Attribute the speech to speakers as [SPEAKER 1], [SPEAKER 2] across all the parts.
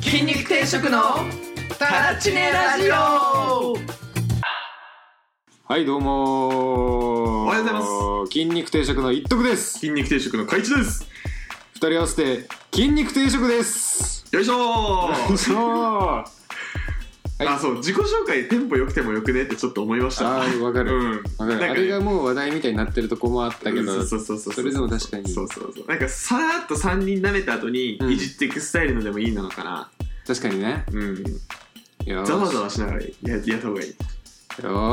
[SPEAKER 1] 定食のタラチネラジオ
[SPEAKER 2] はいどうも
[SPEAKER 3] おはようございます
[SPEAKER 2] 筋肉定食の一徳です
[SPEAKER 3] 筋肉定食の海一です
[SPEAKER 2] 二人合わせて筋肉定食です
[SPEAKER 3] よいしょー
[SPEAKER 2] そうあはい
[SPEAKER 3] あそう自己紹介テンポ良くてもよくねってちょっと思いました
[SPEAKER 2] ーわかる、
[SPEAKER 3] うん
[SPEAKER 2] わかる
[SPEAKER 3] なんかね
[SPEAKER 2] あれがもう話題みたいになってるとこもあったけど
[SPEAKER 3] そうそうそうう
[SPEAKER 2] それでも確かに
[SPEAKER 3] そうそうそうなんかさらっと3人舐めた後に
[SPEAKER 2] うん
[SPEAKER 3] いじっていくスタイルのでもいいなのかな
[SPEAKER 2] 確かにね
[SPEAKER 3] うん
[SPEAKER 2] よーし
[SPEAKER 3] ざわざわしながらややった方がいい
[SPEAKER 2] よ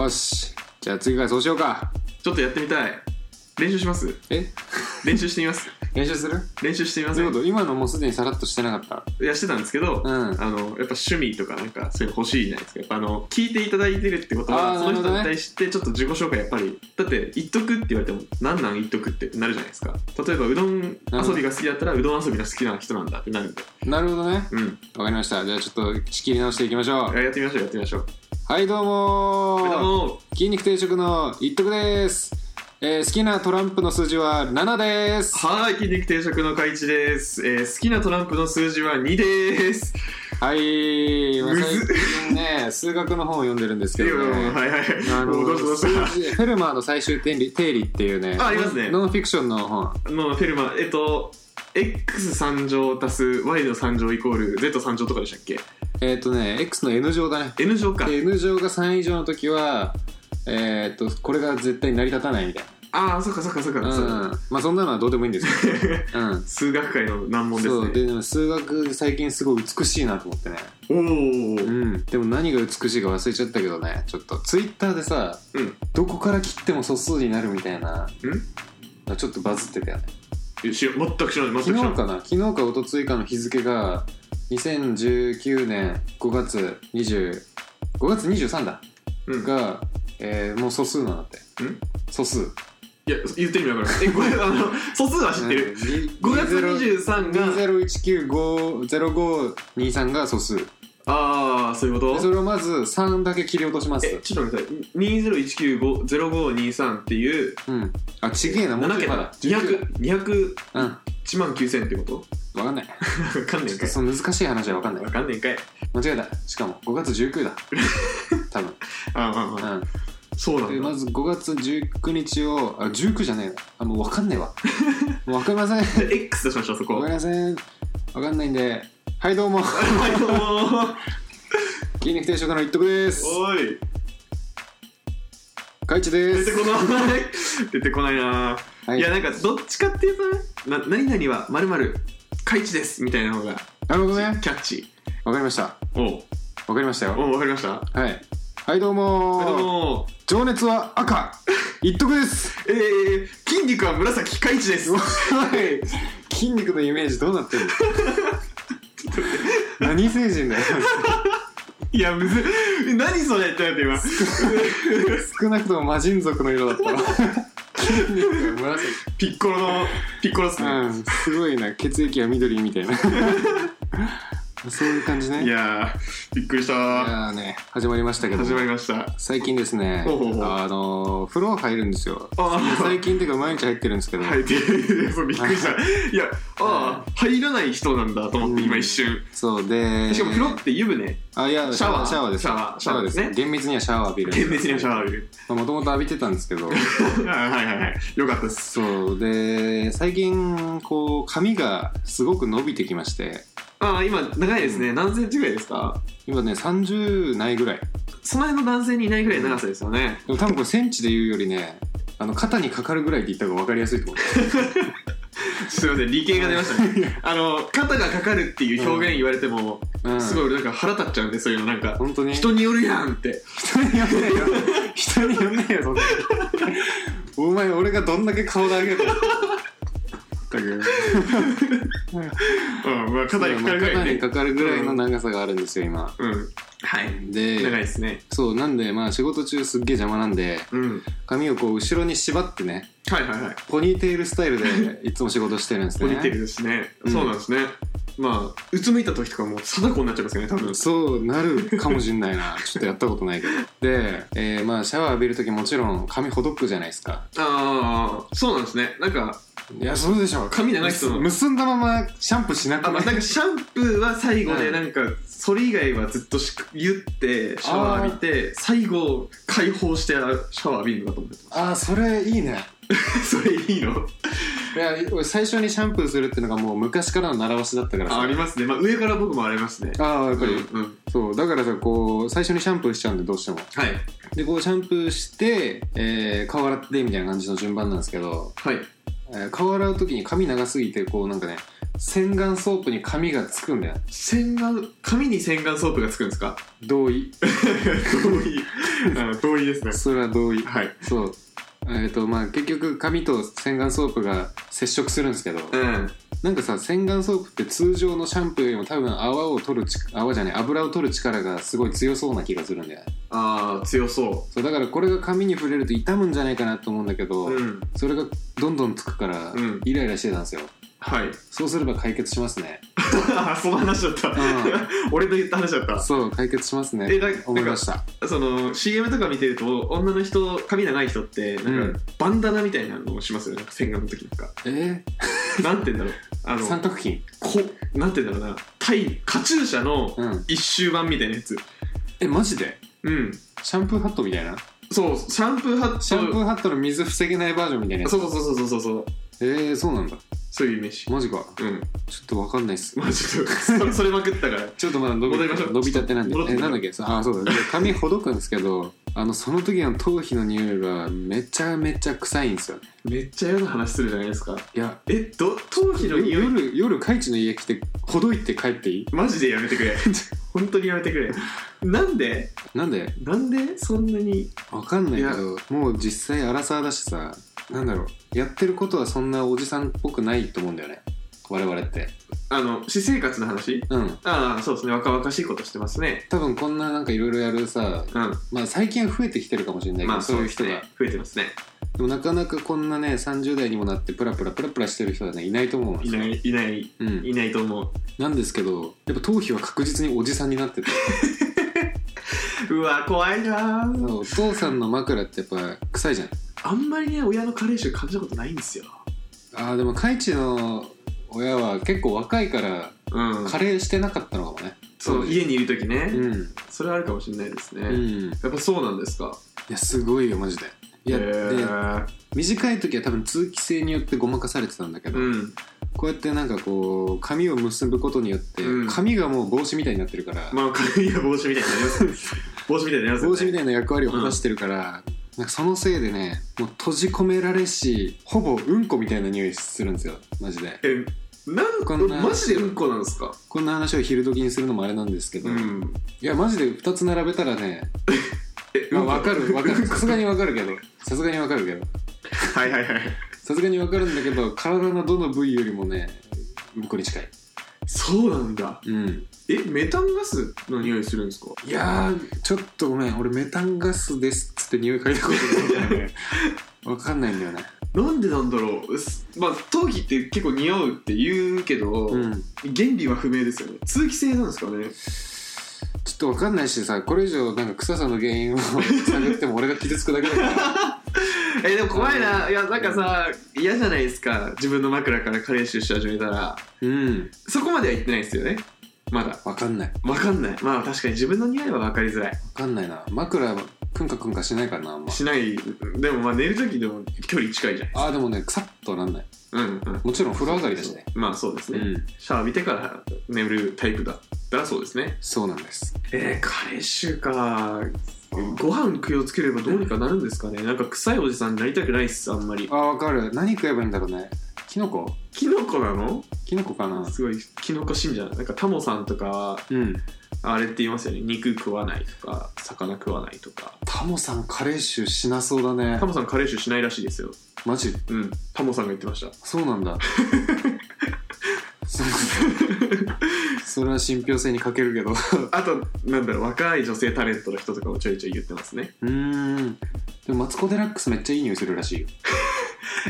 [SPEAKER 2] ーしじゃあ次からそうしようか
[SPEAKER 3] ちょっとやってみたい練習します
[SPEAKER 2] え
[SPEAKER 3] 練習してみます
[SPEAKER 2] 練習する
[SPEAKER 3] 練習してみま
[SPEAKER 2] ど
[SPEAKER 3] せ
[SPEAKER 2] うんいうこと今のもうすでにさらっとしてなかっ
[SPEAKER 3] いやしてたんですけど、
[SPEAKER 2] うん
[SPEAKER 3] あのやっぱ趣味とかなんかそういうの欲しいじゃないですかやっぱあの聞いていただいてるってこと
[SPEAKER 2] あ
[SPEAKER 3] は
[SPEAKER 2] ー
[SPEAKER 3] その
[SPEAKER 2] なるほ
[SPEAKER 3] 人
[SPEAKER 2] どね
[SPEAKER 3] に対してちょっと自己紹介やっぱりだって言っとくって言われてもなんなん言っとくってなるじゃないですか例えばうどん遊びが好きだったらうどん遊びが好きな人なんだってなるんで
[SPEAKER 2] たなるほどね
[SPEAKER 3] うん
[SPEAKER 2] わかりましたじゃあちょっと仕切り直していきましょう
[SPEAKER 3] やってみましょうやってみましょう
[SPEAKER 2] はいどうも
[SPEAKER 3] どう
[SPEAKER 2] ー
[SPEAKER 3] も
[SPEAKER 2] 筋肉定食の一徳です、えー好きなトランプの数字は7です
[SPEAKER 3] はーい筋肉定食の海一です、えー好きなトランプの数字は2です
[SPEAKER 2] はいまあ
[SPEAKER 3] むず
[SPEAKER 2] 最近ね数学の本を読んでるんですけ
[SPEAKER 3] いや
[SPEAKER 2] ど
[SPEAKER 3] もう
[SPEAKER 2] ね
[SPEAKER 3] はいはい
[SPEAKER 2] あ
[SPEAKER 3] もうどうしたど
[SPEAKER 2] の
[SPEAKER 3] うし
[SPEAKER 2] 数
[SPEAKER 3] た
[SPEAKER 2] 字フェルマーの最終定理定理っていうね
[SPEAKER 3] あありますね
[SPEAKER 2] ノンフィクションの本
[SPEAKER 3] のフェルマえっと X3 乗足す Y の3乗イコール Z3 乗とかでしたっけ
[SPEAKER 2] えっ、とね X の N 乗だね
[SPEAKER 3] N 乗か、
[SPEAKER 2] で N 乗が3以上の時はえっ、とこれが絶対成り立たないみたい
[SPEAKER 3] ああそっかそっかそっか、
[SPEAKER 2] な、う、
[SPEAKER 3] そうん
[SPEAKER 2] まあそんなのはどうでもいいんです けど、うん、
[SPEAKER 3] 数学界の難問で
[SPEAKER 2] そう
[SPEAKER 3] すね
[SPEAKER 2] ででも数学最近すごい美しいなと思ってね
[SPEAKER 3] おお
[SPEAKER 2] う
[SPEAKER 3] ー
[SPEAKER 2] ん、でも何が美しいか忘れちゃったけどねちょっとツイッターでさ
[SPEAKER 3] うん
[SPEAKER 2] どこから切っても素数になるみたいなのちょっとバズってたよね
[SPEAKER 3] え知ら全く知らない全く知
[SPEAKER 2] 昨
[SPEAKER 3] ら
[SPEAKER 2] 日
[SPEAKER 3] ない
[SPEAKER 2] かな昨日か一昨日かの日付が2019年5月20 5月23だ
[SPEAKER 3] うん
[SPEAKER 2] が、えーもう素数なんだって
[SPEAKER 3] ん
[SPEAKER 2] 素数
[SPEAKER 3] いや言ってる意味わからないえこれあの 素数は知ってる、5月23が
[SPEAKER 2] 2019050523が素数で
[SPEAKER 3] ああそういうこ
[SPEAKER 2] そ
[SPEAKER 3] と
[SPEAKER 2] れをまず3だけ切り落としま
[SPEAKER 3] え
[SPEAKER 2] す
[SPEAKER 3] ちょっと待ってください20190523っていう
[SPEAKER 2] うんあちげえなもうちょ
[SPEAKER 3] 7
[SPEAKER 2] いま
[SPEAKER 3] 桁
[SPEAKER 2] だ19
[SPEAKER 3] 200201
[SPEAKER 2] うんわ
[SPEAKER 3] 万9000ってこと
[SPEAKER 2] かんない
[SPEAKER 3] わかんねえん
[SPEAKER 2] ちょっ
[SPEAKER 3] か
[SPEAKER 2] と
[SPEAKER 3] い
[SPEAKER 2] その難しい話は分かんない
[SPEAKER 3] わかんねえんかい
[SPEAKER 2] 間違えたしかも5月19だ 多分、
[SPEAKER 3] あーまあまあ
[SPEAKER 2] う、
[SPEAKER 3] そうん
[SPEAKER 2] で
[SPEAKER 3] なん
[SPEAKER 2] ま
[SPEAKER 3] だ
[SPEAKER 2] ず5月19日をあ19じゃねえなあもう分かんね えわもう分かりません
[SPEAKER 3] で X 出しましょうそこ
[SPEAKER 2] 分
[SPEAKER 3] は
[SPEAKER 2] かりません分かんないんではいどうも
[SPEAKER 3] いどう も
[SPEAKER 2] 筋肉定食の一徳です
[SPEAKER 3] おい
[SPEAKER 2] かいちで
[SPEAKER 3] 出
[SPEAKER 2] す
[SPEAKER 3] てこない 出てこないな
[SPEAKER 2] はい
[SPEAKER 3] いやなんかどっちかっていうとねな何々はまるまるカイチですみたいな方が
[SPEAKER 2] なるほどね
[SPEAKER 3] キャッチ
[SPEAKER 2] 分かりました
[SPEAKER 3] おう
[SPEAKER 2] 分かりましたよ
[SPEAKER 3] おうわかりました
[SPEAKER 2] はいはいどうも
[SPEAKER 3] あの
[SPEAKER 2] 情熱は赤一徳です
[SPEAKER 3] えー、筋肉は紫カイチです
[SPEAKER 2] おい筋肉のイメージどうなって る何星人だよ
[SPEAKER 3] いやむずい何それってなって今
[SPEAKER 2] 少なくとも魔人族の色だったわ筋肉が紫
[SPEAKER 3] ピッコロのピッコロっすね、
[SPEAKER 2] うんすごいな血液は緑みたいなそういう感じね
[SPEAKER 3] いやーびっくりした
[SPEAKER 2] いやーね始まりましたけども
[SPEAKER 3] 始まりました
[SPEAKER 2] 最近ですね
[SPEAKER 3] ほうほうほう
[SPEAKER 2] あのー風呂入るんですよ
[SPEAKER 3] あ
[SPEAKER 2] 最近っていうか毎日入ってるんですけど、
[SPEAKER 3] はい、 っていうそうびっくりしたいやああ入らない人なんだと思って今一瞬
[SPEAKER 2] そうで
[SPEAKER 3] しかも風呂って湯船
[SPEAKER 2] あいや
[SPEAKER 3] シャワー
[SPEAKER 2] シャワーです
[SPEAKER 3] シャワー
[SPEAKER 2] シャワーです、
[SPEAKER 3] シャワーです
[SPEAKER 2] 厳密にはシャワー浴びる
[SPEAKER 3] 厳密にはシャワー浴びる
[SPEAKER 2] もともと浴びてたんです けど
[SPEAKER 3] はいはいはいよかったです
[SPEAKER 2] そうで最近こう髪がすごく伸びてきまして
[SPEAKER 3] ああ今長いですね、何センチぐらいですか
[SPEAKER 2] 今ね30ないぐらい
[SPEAKER 3] その辺の男性にいないぐらいの長さですよね、
[SPEAKER 2] でも多分これセンチで言うよりねあの肩にかかるぐらいって言った方が分かりやすいと思う
[SPEAKER 3] すいません理系が出ましたね あの肩がかかるっていう表現言われても、
[SPEAKER 2] うん
[SPEAKER 3] すごい俺なんか腹立っちゃうんでそういうのなんか
[SPEAKER 2] 本当に
[SPEAKER 3] 人によるやんって
[SPEAKER 2] 人によんねえよ人によんねえよそんなお前俺がどんだけ顔で上げてるった く
[SPEAKER 3] うんまあ肩にかかるぐら
[SPEAKER 2] 肩
[SPEAKER 3] い
[SPEAKER 2] に
[SPEAKER 3] ね
[SPEAKER 2] かかるぐらいの長さがあるんですよ今
[SPEAKER 3] うんはい長い
[SPEAKER 2] で
[SPEAKER 3] ですね
[SPEAKER 2] そうなんでまあ仕事中すっげえ邪魔なんで
[SPEAKER 3] うん
[SPEAKER 2] 髪をこう後ろに縛ってね
[SPEAKER 3] はいはいはい
[SPEAKER 2] ポニーテールスタイルでいつも仕事してるんです
[SPEAKER 3] ポ
[SPEAKER 2] ね
[SPEAKER 3] ニーテールですね、
[SPEAKER 2] うん
[SPEAKER 3] そうなんですねまあうつむいた時とかもう貞子になっちゃいますよね多分
[SPEAKER 2] そうなるかもしんないなちょっとやったことないけどで、えーまあシャワー浴びる時もちろん髪ほどくじゃないですか
[SPEAKER 3] ああそうなんですねなんか
[SPEAKER 2] いやそうでしょ
[SPEAKER 3] 髪長い人の
[SPEAKER 2] 結んだままシャンプーしなく
[SPEAKER 3] あまあ、
[SPEAKER 2] な
[SPEAKER 3] ないんかシャンプーは最後
[SPEAKER 2] う
[SPEAKER 3] で
[SPEAKER 2] ん
[SPEAKER 3] なんかそれ以外はずっとし言ってシャワー浴びて最後解放してシャワー浴びるのかと思って
[SPEAKER 2] ああそれいいね
[SPEAKER 3] た それいいの
[SPEAKER 2] いや俺最初にシャンプーするっていうのがもう昔からの習わしだったから
[SPEAKER 3] あ
[SPEAKER 2] さ
[SPEAKER 3] ありますね、まあ、上から僕もありますね
[SPEAKER 2] ああやっぱり、
[SPEAKER 3] うんうん
[SPEAKER 2] そうだからさこう最初にシャンプーしちゃうんでどうしても
[SPEAKER 3] はい
[SPEAKER 2] でこうシャンプーして、えー顔洗ってみたいな感じの順番なんですけど、
[SPEAKER 3] はい
[SPEAKER 2] えー顔洗う時に髪長すぎてこうなんかね洗顔ソープに髪がつくんだよ
[SPEAKER 3] 洗顔髪に洗顔ソープがつくんですか
[SPEAKER 2] 同意
[SPEAKER 3] 同意うん同意ですね
[SPEAKER 2] それは同意
[SPEAKER 3] はい
[SPEAKER 2] そうえっ、とまあ結局髪と洗顔ソープが接触するんですけど、
[SPEAKER 3] うん
[SPEAKER 2] なんかさ洗顔ソープって通常のシャンプーよりも多分泡を取るち泡じゃない油を取る力がすごい強そうな気がするんだよね
[SPEAKER 3] ああ強そ
[SPEAKER 2] そうだからこれが髪に触れると傷むんじゃないかなと思うんだけど、
[SPEAKER 3] ううん
[SPEAKER 2] それがどんどんつくから
[SPEAKER 3] うん
[SPEAKER 2] イライラしてたんですよ、
[SPEAKER 3] はい
[SPEAKER 2] そうすれば解決しますね
[SPEAKER 3] その話だった、 俺の言った話だった
[SPEAKER 2] そう解決します
[SPEAKER 3] え
[SPEAKER 2] ね
[SPEAKER 3] な
[SPEAKER 2] 思
[SPEAKER 3] な
[SPEAKER 2] い
[SPEAKER 3] ん
[SPEAKER 2] ま
[SPEAKER 3] か
[SPEAKER 2] した
[SPEAKER 3] その CM とか見てると女の人髪長い人ってなんか、
[SPEAKER 2] うん
[SPEAKER 3] バンダナみたいなのをしますよねなんか洗顔の時とか
[SPEAKER 2] え
[SPEAKER 3] なんて言うんだろうあ
[SPEAKER 2] ー、
[SPEAKER 3] の
[SPEAKER 2] 三角筋
[SPEAKER 3] こなんて言うんだろうなタイカチューシャの
[SPEAKER 2] うん
[SPEAKER 3] 一周版みたいなやつ
[SPEAKER 2] えマジで
[SPEAKER 3] うん
[SPEAKER 2] シャンプーハットみたいな
[SPEAKER 3] そうシャンプーハット
[SPEAKER 2] シャンプーハットの水防げないバージョンみたいなやつ
[SPEAKER 3] そうそうそうそうそうそう
[SPEAKER 2] えー、そうなんだ
[SPEAKER 3] そういうイメージ
[SPEAKER 2] マジか
[SPEAKER 3] うん
[SPEAKER 2] ちょっとわかんないっす
[SPEAKER 3] まあちょっとそ れそれまくったから
[SPEAKER 2] ちょっとまだ伸び
[SPEAKER 3] 戻りましょう
[SPEAKER 2] 伸びたてなんで
[SPEAKER 3] 戻っ
[SPEAKER 2] え
[SPEAKER 3] て
[SPEAKER 2] なんだっけあそうだで髪ほどくんですけどあのその時の頭皮の匂いがめちゃめちゃ臭いんですよね
[SPEAKER 3] めっちゃ嫌な話するじゃないですか
[SPEAKER 2] いや
[SPEAKER 3] えど頭皮の匂い
[SPEAKER 2] 夜夜カイチの家来てほどいて帰っていい
[SPEAKER 3] マジでやめてくれ 本当にやめてくれなんで
[SPEAKER 2] なんで
[SPEAKER 3] なんでそんなに
[SPEAKER 2] わかんないけどもう実際アラサーだしさなんだろうやってることはそんなおじさんっぽくないと思うんだよね我々って
[SPEAKER 3] あの私生活の話
[SPEAKER 2] うん
[SPEAKER 3] ああそうですね若々しいことしてますね
[SPEAKER 2] 多分こんななんかいろいろやるさ
[SPEAKER 3] うん
[SPEAKER 2] まあ最近は増えてきてるかもしれないけど、
[SPEAKER 3] まあそ
[SPEAKER 2] そ
[SPEAKER 3] うう
[SPEAKER 2] い
[SPEAKER 3] いうう
[SPEAKER 2] 人
[SPEAKER 3] 人
[SPEAKER 2] が
[SPEAKER 3] が増えてますね
[SPEAKER 2] でもなかなかこんなね30代にもなってプラプラプラプラしてる人はねいないと思うんで
[SPEAKER 3] い
[SPEAKER 2] すよ
[SPEAKER 3] ないいない
[SPEAKER 2] うん、
[SPEAKER 3] いないと思う
[SPEAKER 2] なんですけどやっぱ頭皮は確実におじさんに なってて
[SPEAKER 3] うわ怖いな
[SPEAKER 2] あ
[SPEAKER 3] ー
[SPEAKER 2] のお父さんの枕ってやっぱ臭いじゃん
[SPEAKER 3] あんまりね親の加齢臭感じたことないんですよ
[SPEAKER 2] あーでもカイチの親は結構若いから
[SPEAKER 3] うん
[SPEAKER 2] 加齢してなかったのかもね
[SPEAKER 3] そう家にいる時ね、
[SPEAKER 2] うん
[SPEAKER 3] それはあるかもしれないですね、
[SPEAKER 2] う
[SPEAKER 3] や
[SPEAKER 2] んい
[SPEAKER 3] っぱそうなんですか
[SPEAKER 2] やすごいよマジでいや
[SPEAKER 3] へ
[SPEAKER 2] で
[SPEAKER 3] ー
[SPEAKER 2] 短い時は多分通気性によってごまかされてたんだけど、
[SPEAKER 3] うん
[SPEAKER 2] こうやってなんかこう髪を結ぶことによって、
[SPEAKER 3] うん
[SPEAKER 2] 髪がもう帽子みたいになってるから、
[SPEAKER 3] まあ髪が帽子みたいになります帽子みたいになりますよね
[SPEAKER 2] 帽子みたいな役割を果たしてるから、なんかそのせいでねもう閉じ込められしほぼうんこみたいな匂いするんですよマジで
[SPEAKER 3] えなん
[SPEAKER 2] こんな
[SPEAKER 3] マジでうんこなんですか
[SPEAKER 2] こんな話を昼時にするのもあれなんですけど、い
[SPEAKER 3] ん
[SPEAKER 2] やマジで2つ並べたらね、
[SPEAKER 3] え
[SPEAKER 2] まあ、
[SPEAKER 3] うん
[SPEAKER 2] わかるわかる さすがにわかるけどさすがにわかるけど
[SPEAKER 3] はいはいはい
[SPEAKER 2] さすがにわかるんだけど体のどの部位よりもねうんこに近い
[SPEAKER 3] そうなんだ
[SPEAKER 2] うん
[SPEAKER 3] えメタンガスの匂いするんですか
[SPEAKER 2] いやーちょっとごめん俺メタンガスですっつって匂い嗅いだことないんだよね わかんないんだよね
[SPEAKER 3] なんでなんだろうすまあ頭皮って結構匂うって言うけど、
[SPEAKER 2] うん
[SPEAKER 3] 原理は不明ですよね通気性なんですかね
[SPEAKER 2] ちょっとわかんないしさこれ以上なんか臭さの原因を探っても俺が傷つくだけだ から
[SPEAKER 3] えでも怖いないやなんかさ嫌じゃないですか自分の枕から加齢臭し始めたら
[SPEAKER 2] うん
[SPEAKER 3] そこまでは言ってないですよねまだ
[SPEAKER 2] わかんないわ
[SPEAKER 3] わかんないまあ確かに自分の匂いは分かりづらい
[SPEAKER 2] かんないな枕くんかくんかしないからなあんま
[SPEAKER 3] しないでもまあ寝る時でも距離近いじゃない
[SPEAKER 2] あーでもねくさっとはなんない
[SPEAKER 3] うんうん
[SPEAKER 2] もちろん風呂上がりだしね
[SPEAKER 3] まあそうです
[SPEAKER 2] う
[SPEAKER 3] ね、
[SPEAKER 2] ん
[SPEAKER 3] シャワー浴びてから眠るタイプだったらそうですね
[SPEAKER 2] そうなんです
[SPEAKER 3] えー、カレー臭かご飯食いをつければどうにかなるんですかねなんか臭いおじさんになりたくないっすあんまり
[SPEAKER 2] あーわかる何食えばいいんだろうねキノコ
[SPEAKER 3] キノコなの
[SPEAKER 2] キノコかな
[SPEAKER 3] すごいキノコ信者なんかタモさんとかは
[SPEAKER 2] うん
[SPEAKER 3] あれって言いますよね肉食わないとか魚食わないとか
[SPEAKER 2] タモさんカレー臭しなそうだね
[SPEAKER 3] タモさんカレー臭しないらしいですよ
[SPEAKER 2] マジ
[SPEAKER 3] うんタモさんが言ってました
[SPEAKER 2] そうなん だそうなんだそれは信憑性に欠けるけどう
[SPEAKER 3] あとなんだろう若い女性タレントの人とかもちょいちょい言ってますね
[SPEAKER 2] ーんでもマツコ・デラックスめっちゃいい匂いするらしいよ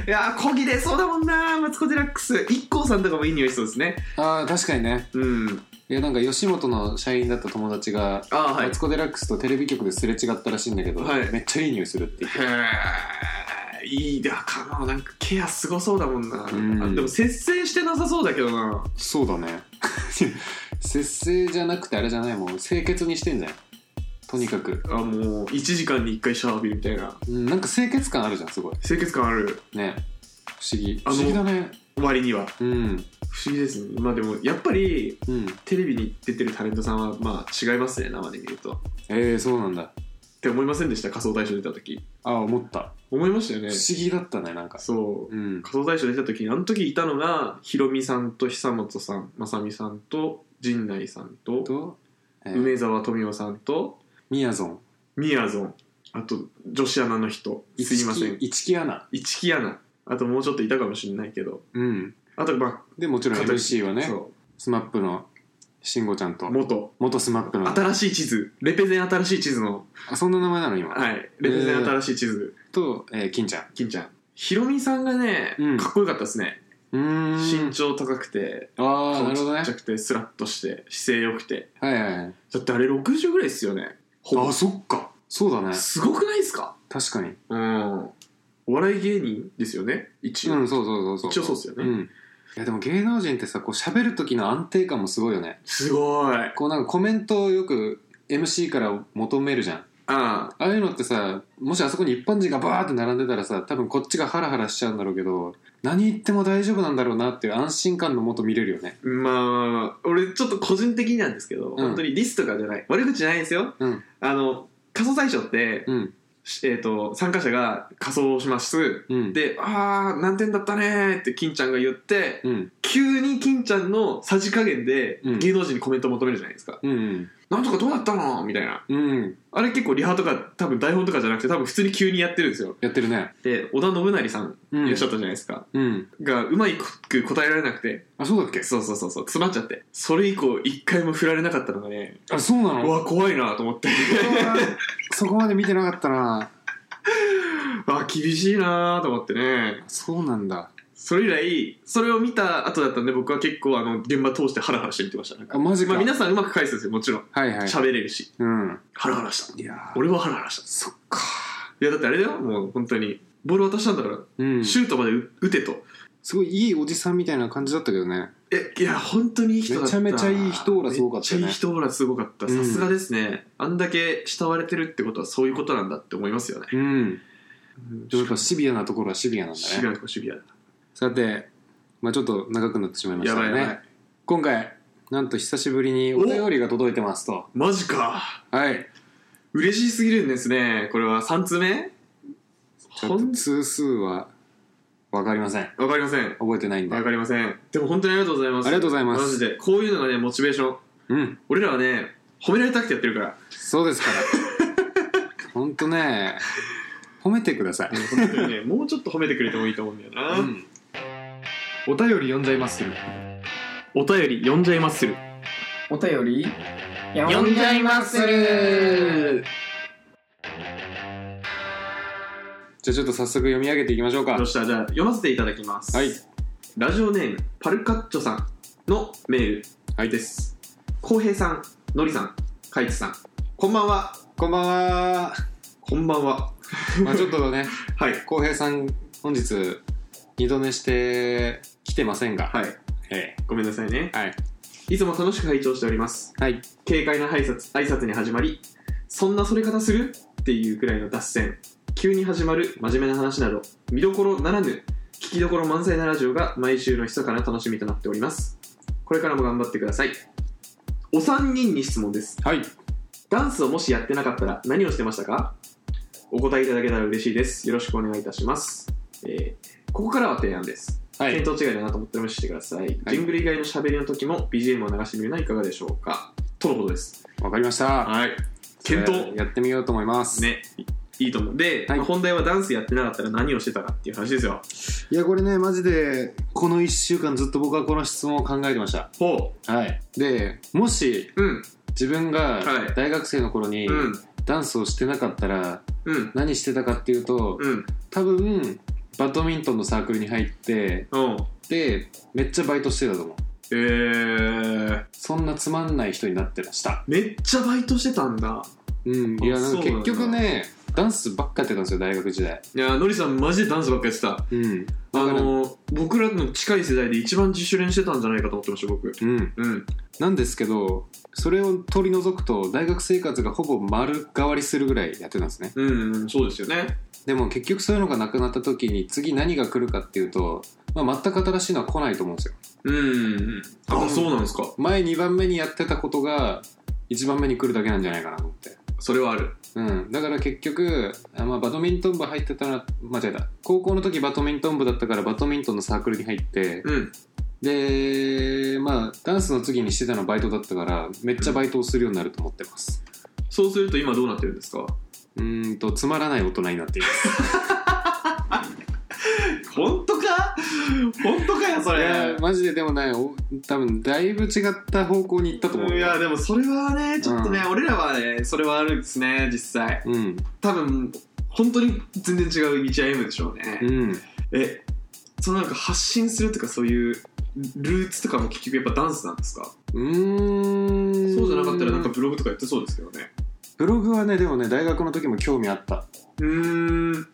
[SPEAKER 3] いやーこぎ出そうだもんなーマツコ・デラックス IKKO さんとかもいい匂いしそうですね
[SPEAKER 2] ああ確かにね
[SPEAKER 3] うん
[SPEAKER 2] いやなんか吉本の社員だった友達が、
[SPEAKER 3] ああはい
[SPEAKER 2] マツコ・デラックスとテレビ局ですれ違ったらしいんだけど、
[SPEAKER 3] はい
[SPEAKER 2] めっちゃいい匂いするって言って
[SPEAKER 3] へーいいだかななんかケアすごそうだもんな、
[SPEAKER 2] うん
[SPEAKER 3] あでも節制してなさそうだけどな
[SPEAKER 2] そうだね 節制じゃなくてあれじゃないもう清潔にしてんじゃんとにかく
[SPEAKER 3] あもう1時間に1回シャワー浴びるみたいな
[SPEAKER 2] うんなんか清潔感あるじゃんすごい
[SPEAKER 3] 清潔感ある
[SPEAKER 2] ね不思議
[SPEAKER 3] あ
[SPEAKER 2] 不
[SPEAKER 3] の
[SPEAKER 2] 思議だね
[SPEAKER 3] 割には
[SPEAKER 2] うん
[SPEAKER 3] 不思議ですねまあでもやっぱり
[SPEAKER 2] うん
[SPEAKER 3] テレビに出てるタレントさんはまあ違いますね生で見るとっ
[SPEAKER 2] えー、そうなんだ
[SPEAKER 3] て思いませんでした仮想大賞出た時
[SPEAKER 2] あ思った
[SPEAKER 3] 思いましたよね
[SPEAKER 2] 不思議だったねなんか
[SPEAKER 3] そう
[SPEAKER 2] うん
[SPEAKER 3] 仮想大賞出た時にあの時いたのがひろみさんと久本さんまさみさんと陣内さんと
[SPEAKER 2] と、えー
[SPEAKER 3] 梅沢富美男さんと
[SPEAKER 2] みやぞん
[SPEAKER 3] みやぞんあと女子アナの人すいません
[SPEAKER 2] 一木アナ
[SPEAKER 3] 一木アナあともうちょっといたかもしれないけど
[SPEAKER 2] うん
[SPEAKER 3] あとま
[SPEAKER 2] でもちろん
[SPEAKER 3] 片桐
[SPEAKER 2] MC は
[SPEAKER 3] あ、
[SPEAKER 2] ね
[SPEAKER 3] そ
[SPEAKER 2] スマップの慎吾ちゃん
[SPEAKER 3] う
[SPEAKER 2] と
[SPEAKER 3] 元
[SPEAKER 2] 元スマップの
[SPEAKER 3] 新しい地図レペゼン新しい地図の
[SPEAKER 2] あそんな名前なの今、
[SPEAKER 3] はいレペゼン新しい地図、
[SPEAKER 2] と、えー、金ちゃん
[SPEAKER 3] 金ちゃんひろみさんがね、
[SPEAKER 2] うん
[SPEAKER 3] かっこよかったですね、
[SPEAKER 2] うーん
[SPEAKER 3] 身長高くて
[SPEAKER 2] ああな
[SPEAKER 3] 顔
[SPEAKER 2] るほ
[SPEAKER 3] ち
[SPEAKER 2] ど
[SPEAKER 3] っ
[SPEAKER 2] ね
[SPEAKER 3] ちゃくてスラッとして姿勢良くて
[SPEAKER 2] はいはいはい
[SPEAKER 3] だってあれ60ぐらいですよねほぼ
[SPEAKER 2] あそっかそうだね
[SPEAKER 3] すごくないですか
[SPEAKER 2] 確かに
[SPEAKER 3] うんお笑い芸人ですよね一応、
[SPEAKER 2] うんそうそうそうそう
[SPEAKER 3] 一応そうっすよね、
[SPEAKER 2] んいやでも芸能人ってさこう喋る時の安定感もすごいよね
[SPEAKER 3] すごいあ
[SPEAKER 2] こうなんかコメントをよく MC から求めるじゃんあ
[SPEAKER 3] あ
[SPEAKER 2] あいうのってさもしあそこに一般人がバーって並んでたらさ多分こっちがハラハラしちゃうんだろうけど何言っても大丈夫なんだろうなっていう安心感のもと見れるよね
[SPEAKER 3] まあ俺ちょっと個人的になんですけど、
[SPEAKER 2] ん
[SPEAKER 3] 本当にリスとかじゃない悪口じゃないですよ、
[SPEAKER 2] うん
[SPEAKER 3] あの仮想大賞って、
[SPEAKER 2] うん
[SPEAKER 3] えー、と参加者が仮装します
[SPEAKER 2] うん
[SPEAKER 3] で「ああ何点だったね」って金ちゃんが言って、
[SPEAKER 2] うん
[SPEAKER 3] 急に金ちゃんのさじ加減で
[SPEAKER 2] うん
[SPEAKER 3] 芸能人にコメントを求めるじゃないですか
[SPEAKER 2] うんうん
[SPEAKER 3] 「なんとかどうだったの?」みたいな
[SPEAKER 2] うん
[SPEAKER 3] あれ結構リハとか多分台本とかじゃなくて多分普通に急にやってるんですよ
[SPEAKER 2] やってるね
[SPEAKER 3] で織田信成さん
[SPEAKER 2] うん
[SPEAKER 3] いらっしゃったじゃないですか、
[SPEAKER 2] うん
[SPEAKER 3] がうまいく答えられなくて
[SPEAKER 2] あそうだっけ
[SPEAKER 3] そうそうそうそう詰まっちゃってそれ以降一回も振られなかったのがね
[SPEAKER 2] あそうな
[SPEAKER 3] う
[SPEAKER 2] の
[SPEAKER 3] わ怖いなと思って
[SPEAKER 2] そこまで見てなかったな
[SPEAKER 3] あ厳しいなと思ってね
[SPEAKER 2] そうなんだ
[SPEAKER 3] それ以来それを見た後だったんで僕は結構あの現場通してハラハラして見てましたなんか
[SPEAKER 2] あマジか
[SPEAKER 3] まあ、皆さんうまく返すんですよもちろん
[SPEAKER 2] はいはい
[SPEAKER 3] 喋、れるし
[SPEAKER 2] うん
[SPEAKER 3] ハラハラした
[SPEAKER 2] いや
[SPEAKER 3] 俺はハラハラした
[SPEAKER 2] そっか
[SPEAKER 3] いやだってあれだよもう本当にボール渡したんだから、
[SPEAKER 2] うん
[SPEAKER 3] シュートまで打打てと
[SPEAKER 2] すごいいいおじさんみたいな感じだったけどね
[SPEAKER 3] えいや本当にいい人だった
[SPEAKER 2] めちゃめちゃいい人オーラすごかったね
[SPEAKER 3] めっちゃいい人オーラすごかった
[SPEAKER 2] うん
[SPEAKER 3] さすがですね、あんだけ慕われてるってことはそういうことなんだって思いますよね
[SPEAKER 2] うんでもやっぱ
[SPEAKER 3] シ
[SPEAKER 2] シビアなところはシビアなんだ
[SPEAKER 3] ビ
[SPEAKER 2] ね
[SPEAKER 3] アだシビアだ
[SPEAKER 2] さてまあちょっと長くなってしまいまし
[SPEAKER 3] や
[SPEAKER 2] た
[SPEAKER 3] ばい
[SPEAKER 2] ね
[SPEAKER 3] やばい
[SPEAKER 2] 今回なんと久しぶりにお便りが届いてますと
[SPEAKER 3] マジか
[SPEAKER 2] はい
[SPEAKER 3] 嬉しすぎるんですねこれは3通目
[SPEAKER 2] ちょっ
[SPEAKER 3] ほ
[SPEAKER 2] と
[SPEAKER 3] ん
[SPEAKER 2] 通数は分かりません
[SPEAKER 3] わかりません
[SPEAKER 2] 覚えてないんで
[SPEAKER 3] わかりませんでも本当にありがとうございます
[SPEAKER 2] ありがとうございます
[SPEAKER 3] マジでこういうのがねモチベーション
[SPEAKER 2] うん
[SPEAKER 3] 俺らはね褒められたくてやってるから
[SPEAKER 2] そうですから ほんとね褒めてください
[SPEAKER 3] 本当にね もうちょっと褒めてくれてもいいと思うんだよな、
[SPEAKER 2] うん
[SPEAKER 3] お便り読んじゃいまするお便り読んじゃいまする
[SPEAKER 1] お便り
[SPEAKER 3] 呼んじゃいます
[SPEAKER 2] じゃあちょっと早速読み上げていきましょうか
[SPEAKER 3] どうしたじゃあ読ませていただきます
[SPEAKER 2] はい
[SPEAKER 3] ラジオネームパルカッチョさんのメール
[SPEAKER 2] はい
[SPEAKER 3] です浩平さんのりさんカイツさんこんばんは
[SPEAKER 2] こんばんは
[SPEAKER 3] こんばんは
[SPEAKER 2] まあちょっとね
[SPEAKER 3] はい
[SPEAKER 2] 浩平さん本日二度寝して来てませんが
[SPEAKER 3] はい
[SPEAKER 2] え
[SPEAKER 3] ごめんなさいね
[SPEAKER 2] えはい
[SPEAKER 3] いつも楽しく拝聴しております
[SPEAKER 2] はい
[SPEAKER 3] 軽快な挨拶挨拶に始まりそんなそれ方するっていうくらいの脱線急に始まる真面目な話など見どころならぬ聞きどころ満載なラジオが毎週の密かな楽しみとなっておりますこれからも頑張ってくださいお三人に質問です
[SPEAKER 2] はい
[SPEAKER 3] ダンスをもしやってなかったら何をしてましたかお答えいただけたら嬉しいです。よろしくお願いいたします。えーここからは提案です。
[SPEAKER 2] はい
[SPEAKER 3] 見当違いだなと思って無視してください。
[SPEAKER 2] はい
[SPEAKER 3] ジングル以外の喋りの時も BGM を流してみるのはいかがでしょうかとのことです。
[SPEAKER 2] わかりました
[SPEAKER 3] はい。検
[SPEAKER 2] それ
[SPEAKER 3] 討
[SPEAKER 2] やってみようと思います
[SPEAKER 3] ね。いいいと思う。で、
[SPEAKER 2] はい
[SPEAKER 3] まあ本題はダンスやってなかったら何をしてたかっていう話ですよ。
[SPEAKER 2] いやこれねマジでこの1週間ずっと僕はこの質問を考えてました
[SPEAKER 3] ほ
[SPEAKER 2] はいでもし
[SPEAKER 3] う。うん。
[SPEAKER 2] 自分が
[SPEAKER 3] はい
[SPEAKER 2] 大学生の頃に
[SPEAKER 3] うん。
[SPEAKER 2] ダンスをしてなかったら
[SPEAKER 3] うん。
[SPEAKER 2] 何してたかっていうと
[SPEAKER 3] うん。
[SPEAKER 2] 多分バドミントンのサークルに入って
[SPEAKER 3] うん。
[SPEAKER 2] でめっちゃバイトしてたと思う
[SPEAKER 3] えー、
[SPEAKER 2] そんなつまんない人になってました
[SPEAKER 3] めっちゃバイトしてたんだ。
[SPEAKER 2] うん
[SPEAKER 3] あ
[SPEAKER 2] いやなんか
[SPEAKER 3] そうなん
[SPEAKER 2] 結
[SPEAKER 3] だ
[SPEAKER 2] 局ねダンスばっかやってたんですよ大学時代
[SPEAKER 3] いやーのりさんマジでダンスばっかやってた
[SPEAKER 2] うんだ
[SPEAKER 3] あ
[SPEAKER 2] から
[SPEAKER 3] のー僕らの近い世代で一番自主練してたんじゃないかと思ってました僕
[SPEAKER 2] うん
[SPEAKER 3] うん
[SPEAKER 2] なんですけどそれを取り除くと大学生活がほぼ丸変わりするぐらいやってたんですね
[SPEAKER 3] うん、うん、そうですよね
[SPEAKER 2] でも結局そういうのがなくなった時に次何が来るかっていうと、まあ、全く新しいのは来ないと思うんですよ
[SPEAKER 3] うんうんあそうなんですか
[SPEAKER 2] 前2番目にやってたことが1番目に来るだけなんじゃないかなと思って
[SPEAKER 3] それはある
[SPEAKER 2] うん、だから結局、あまあ、バドミントン部入ってたら間違えた高校の時バドミントン部だったからバドミントンのサークルに入って
[SPEAKER 3] うん
[SPEAKER 2] でまあダンスの次にしてたのバイトだったからめっちゃバイトをするようになると思ってます
[SPEAKER 3] そうすると今どうなってるんですか
[SPEAKER 2] うーんとつまらない大人になっています
[SPEAKER 3] 本当か本当かよ そ
[SPEAKER 2] いやマジででもないお多分だいぶ違った方向に行ったと思う
[SPEAKER 3] いやでもそれはねちょっとね、俺らはねそれはあるんですね実際
[SPEAKER 2] うん
[SPEAKER 3] 多分本当に全然違う道歩むでしょうね、
[SPEAKER 2] うん
[SPEAKER 3] えそのなんか発信するとかそういうルーツとかも結局やっぱダンスなんですか
[SPEAKER 2] うーん
[SPEAKER 3] そうじゃなかったらなんかブログとかやってそうですけどね
[SPEAKER 2] ブログはねでもね大学の時も興味あった
[SPEAKER 3] うーん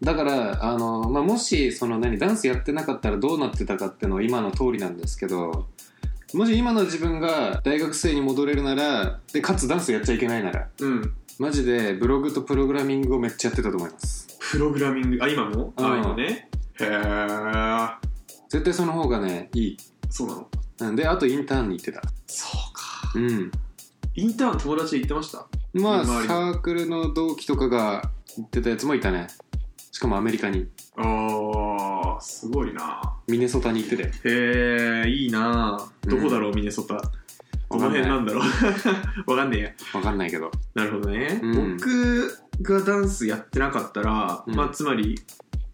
[SPEAKER 2] だからあの、まあ、もしその何ダンスやってなかったらどうなってたかっていうのは今の通りなんですけどもし今の自分が大学生に戻れるならでかつダンスやっちゃいけないなら
[SPEAKER 3] うん
[SPEAKER 2] マジでブログとプログラミングをめっちゃやってたと思います
[SPEAKER 3] プログラミングあ今もあ
[SPEAKER 2] うん
[SPEAKER 3] 今ねへえ
[SPEAKER 2] 絶対その方がねいい
[SPEAKER 3] そうなの
[SPEAKER 2] うんであとインターンに行ってた
[SPEAKER 3] そうか
[SPEAKER 2] うん
[SPEAKER 3] インターン友達で行ってました
[SPEAKER 2] まあサ
[SPEAKER 3] 周り
[SPEAKER 2] ークルの同期とかが行ってたやつもいたねしかもアメリカに
[SPEAKER 3] ああすごいな
[SPEAKER 2] ミネソタに行ってて
[SPEAKER 3] へえいいな
[SPEAKER 2] うん
[SPEAKER 3] どこだろう、ミネソタどの辺なんだろう わかんねえや
[SPEAKER 2] 分かんないけど
[SPEAKER 3] なるほどね、
[SPEAKER 2] うん
[SPEAKER 3] 僕がダンスやってなかったら、
[SPEAKER 2] うん
[SPEAKER 3] まあ、つまり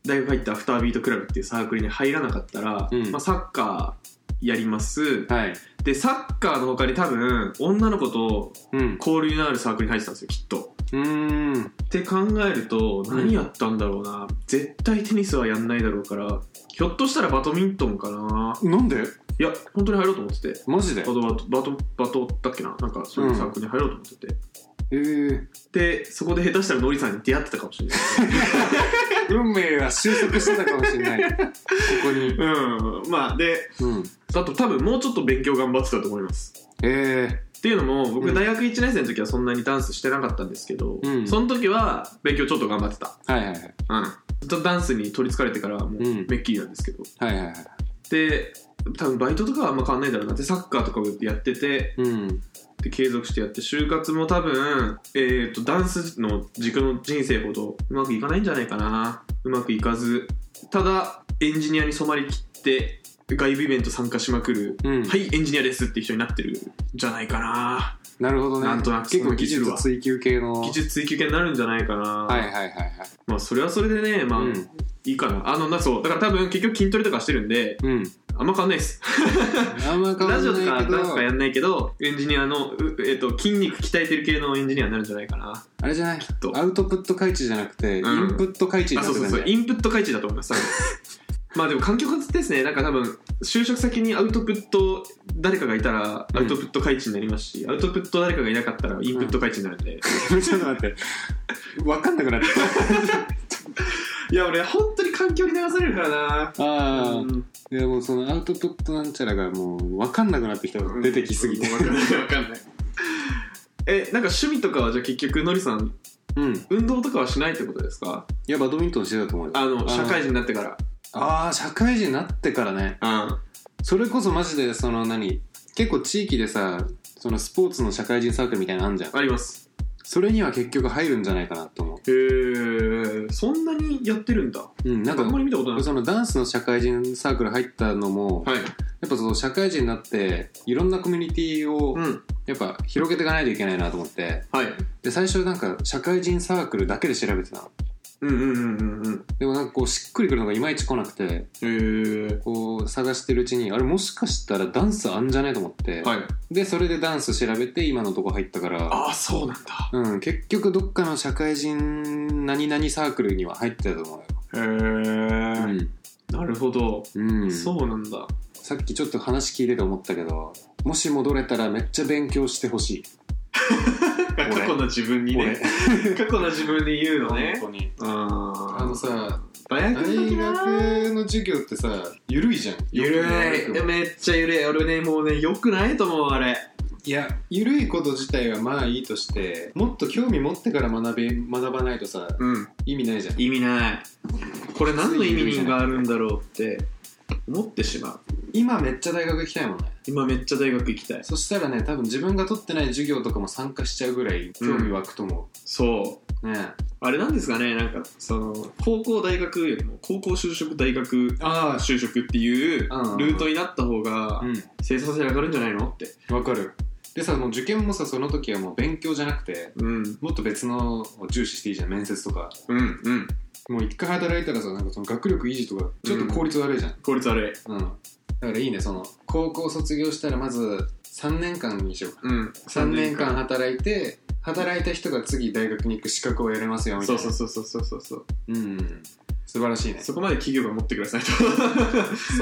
[SPEAKER 3] 大学入ったアフタービートクラブっていうサークルに入らなかったら、
[SPEAKER 2] うん
[SPEAKER 3] まあ、サッカーやります
[SPEAKER 2] はい
[SPEAKER 3] でサッカーの他に多分女の子と
[SPEAKER 2] うん
[SPEAKER 3] 交流のあるサークルに入ってたんですよきっと。
[SPEAKER 2] うー
[SPEAKER 3] っ
[SPEAKER 2] ん
[SPEAKER 3] て考えると何やったんだろうな、絶対テニスはやんないだろうからひょっとしたらバドミントンかな
[SPEAKER 2] なんで
[SPEAKER 3] いや本当に入ろうと思ってて
[SPEAKER 2] マジで
[SPEAKER 3] バドバドバドバドだっけななんかそういうサークルに入ろうと思ってて、
[SPEAKER 2] えー、
[SPEAKER 3] でそこで下手したらノリさんに出会ってたかもしれない
[SPEAKER 2] 運命は収束してたかもしれないここに
[SPEAKER 3] うん、まあで
[SPEAKER 2] うん
[SPEAKER 3] あと多分もうちょっと勉強頑張ってたと思います
[SPEAKER 2] え
[SPEAKER 3] っていうのも
[SPEAKER 2] う
[SPEAKER 3] 僕
[SPEAKER 2] ん
[SPEAKER 3] 大学1年生の時はそんなにダンスしてなかったんですけど、
[SPEAKER 2] うん
[SPEAKER 3] その時は勉強ちょっと頑張ってた
[SPEAKER 2] ー、はいはいはい
[SPEAKER 3] うんずっとダンスに取りつかれてからもう
[SPEAKER 2] うん
[SPEAKER 3] めっきりなんですけど、
[SPEAKER 2] はいはいはい
[SPEAKER 3] で多分バイトとかはあんま変わんないだろうなってサッカーとかもやってて
[SPEAKER 2] うん
[SPEAKER 3] で継続してやって就活も多分、えー、とダンスの軸の人生ほどうまくいかないんじゃないかなうまくいかずただエンジニアに染まりきって外部イベント参加しまくる
[SPEAKER 2] うん、
[SPEAKER 3] はい、エンジニアですっていう人になってるんじゃないかな。
[SPEAKER 2] なるほどね
[SPEAKER 3] なんとなく
[SPEAKER 2] 結
[SPEAKER 3] そ
[SPEAKER 2] 構
[SPEAKER 3] の
[SPEAKER 2] 技
[SPEAKER 3] 気する
[SPEAKER 2] 術
[SPEAKER 3] わ
[SPEAKER 2] 追求系の
[SPEAKER 3] 技術追求系になるんじゃないかな。
[SPEAKER 2] はいはいはいはい
[SPEAKER 3] まあ、それはそれでね、まあ、
[SPEAKER 2] うん
[SPEAKER 3] いいかな。あの、な、そう。だから多分、結局筋トレとかしてるんで、
[SPEAKER 2] うん
[SPEAKER 3] あんま変わんないです。
[SPEAKER 2] あんま変わ
[SPEAKER 3] ラジオと
[SPEAKER 2] んな
[SPEAKER 3] か、
[SPEAKER 2] いけ
[SPEAKER 3] ダンスと
[SPEAKER 2] ど
[SPEAKER 3] かやんないけど、エンジニアの、うえっ、と、筋肉鍛えてる系のエンジニアになるんじゃないかな。
[SPEAKER 2] あれじゃない
[SPEAKER 3] と
[SPEAKER 2] アウトプット開知じゃなくて、
[SPEAKER 3] うん
[SPEAKER 2] インプット開知に
[SPEAKER 3] あ、
[SPEAKER 2] なっ
[SPEAKER 3] そ
[SPEAKER 2] て
[SPEAKER 3] う
[SPEAKER 2] たん
[SPEAKER 3] そう
[SPEAKER 2] だ
[SPEAKER 3] そう。インプット開智だと思います。多分まあでも環境ですね、なんか多分就職先にアウトプット誰かがいたらアウトプット開智になりますし、アウトプット誰かがいなかったらインプット開智になるんで、
[SPEAKER 2] ちょっと待って分かんなくなってき
[SPEAKER 3] いや俺本当に環境に流されるからな
[SPEAKER 2] たああ、
[SPEAKER 3] うん
[SPEAKER 2] いやもうそのアウトプットなんちゃらがもう分かんなくなってきたわ出てきすぎて
[SPEAKER 3] わかんないわかんないえなんか趣味とかはじゃあ結局のりさん
[SPEAKER 2] うんい
[SPEAKER 3] 運動とかはしないってことですか
[SPEAKER 2] やバドミントンしてたと思うよ
[SPEAKER 3] あの
[SPEAKER 2] ー
[SPEAKER 3] 社会人になってから
[SPEAKER 2] ああ社会人になってからね
[SPEAKER 3] あ
[SPEAKER 2] それこそマジでその何結構地域でさそのスポーツの社会人サークルみたいなのあんじゃん
[SPEAKER 3] あります
[SPEAKER 2] それには結局入るんじゃないかなと
[SPEAKER 3] へ
[SPEAKER 2] 思
[SPEAKER 3] えそんなにやってるんだ
[SPEAKER 2] ううんなん
[SPEAKER 3] あんま
[SPEAKER 2] か
[SPEAKER 3] り見たことない
[SPEAKER 2] そのダンスの社会人サークル入ったのも、
[SPEAKER 3] はい
[SPEAKER 2] やっぱその社会人になっていろんなコミュニティを
[SPEAKER 3] うん
[SPEAKER 2] やっぱ広げていかないといけないなと思って
[SPEAKER 3] はい
[SPEAKER 2] で最初なんか社会人サークルだけで調べてたの
[SPEAKER 3] うんうんうんうんうん
[SPEAKER 2] でもなんかこうしっくりくるのがいまいち来なくて
[SPEAKER 3] へえ
[SPEAKER 2] こう探してるうちにあれもしかしたらダンスあんじゃねと思って、
[SPEAKER 3] はい
[SPEAKER 2] でそれでダンス調べて今のとこ入ったから
[SPEAKER 3] ああそうなんだ
[SPEAKER 2] うん結局どっかの社会人何々サークルには入ってたと思うよ
[SPEAKER 3] へえなるほど
[SPEAKER 2] うん、うん、
[SPEAKER 3] そうなんだ
[SPEAKER 2] さっきちょっと話聞いてて思ったけどもし戻れたらめっちゃ勉強してほしい
[SPEAKER 3] 過去の自分にね 過去の自分に言うのね
[SPEAKER 2] 本当に
[SPEAKER 3] あ
[SPEAKER 2] あのさ
[SPEAKER 3] 大
[SPEAKER 2] 大
[SPEAKER 3] 学の時な
[SPEAKER 2] 学の授業ってさゆるいじゃん
[SPEAKER 3] ゆるいめっちゃゆるい俺ねもうねよくないと思うあれ
[SPEAKER 2] いやゆるいこと自体はまあいいとしてもっと興味持ってから学べ学ばないとさ
[SPEAKER 3] うん
[SPEAKER 2] 意味ないじゃん
[SPEAKER 3] 意味ないこれ何の意味があるんだろうって思ってしまう
[SPEAKER 2] 今めっちゃ大学行きたいもんね
[SPEAKER 3] 今めっちゃ大学行きたい
[SPEAKER 2] そしたらね多分自分が取ってない授業とかも参加しちゃうぐらい興味湧くと思
[SPEAKER 3] そう
[SPEAKER 2] う、ね
[SPEAKER 3] あれなんですかねなんかその高校大学よりも高校就職大学
[SPEAKER 2] あ
[SPEAKER 3] 就職っていうル
[SPEAKER 2] うん
[SPEAKER 3] ートになった方が
[SPEAKER 2] う
[SPEAKER 3] 生産性上がるんじゃないのって
[SPEAKER 2] んわかるでさもう受験もさその時はもう勉強じゃなくて
[SPEAKER 3] うん
[SPEAKER 2] もっと別のを重視していいじゃん面接とか
[SPEAKER 3] うんうん
[SPEAKER 2] もう一回働いたらさなんかその学力維持とかちょっと効率悪いじゃん、
[SPEAKER 3] 効率悪い
[SPEAKER 2] うんだからいいねその高校卒業したらまず3年間にしようか
[SPEAKER 3] うん
[SPEAKER 2] 3年間働いて働いた人が次大学に行く資格を得れますよみたい
[SPEAKER 3] そう
[SPEAKER 2] な
[SPEAKER 3] そうそうそうそうそうそう
[SPEAKER 2] うん素晴らしいね
[SPEAKER 3] そこまで企業が持ってくださいと
[SPEAKER 2] そ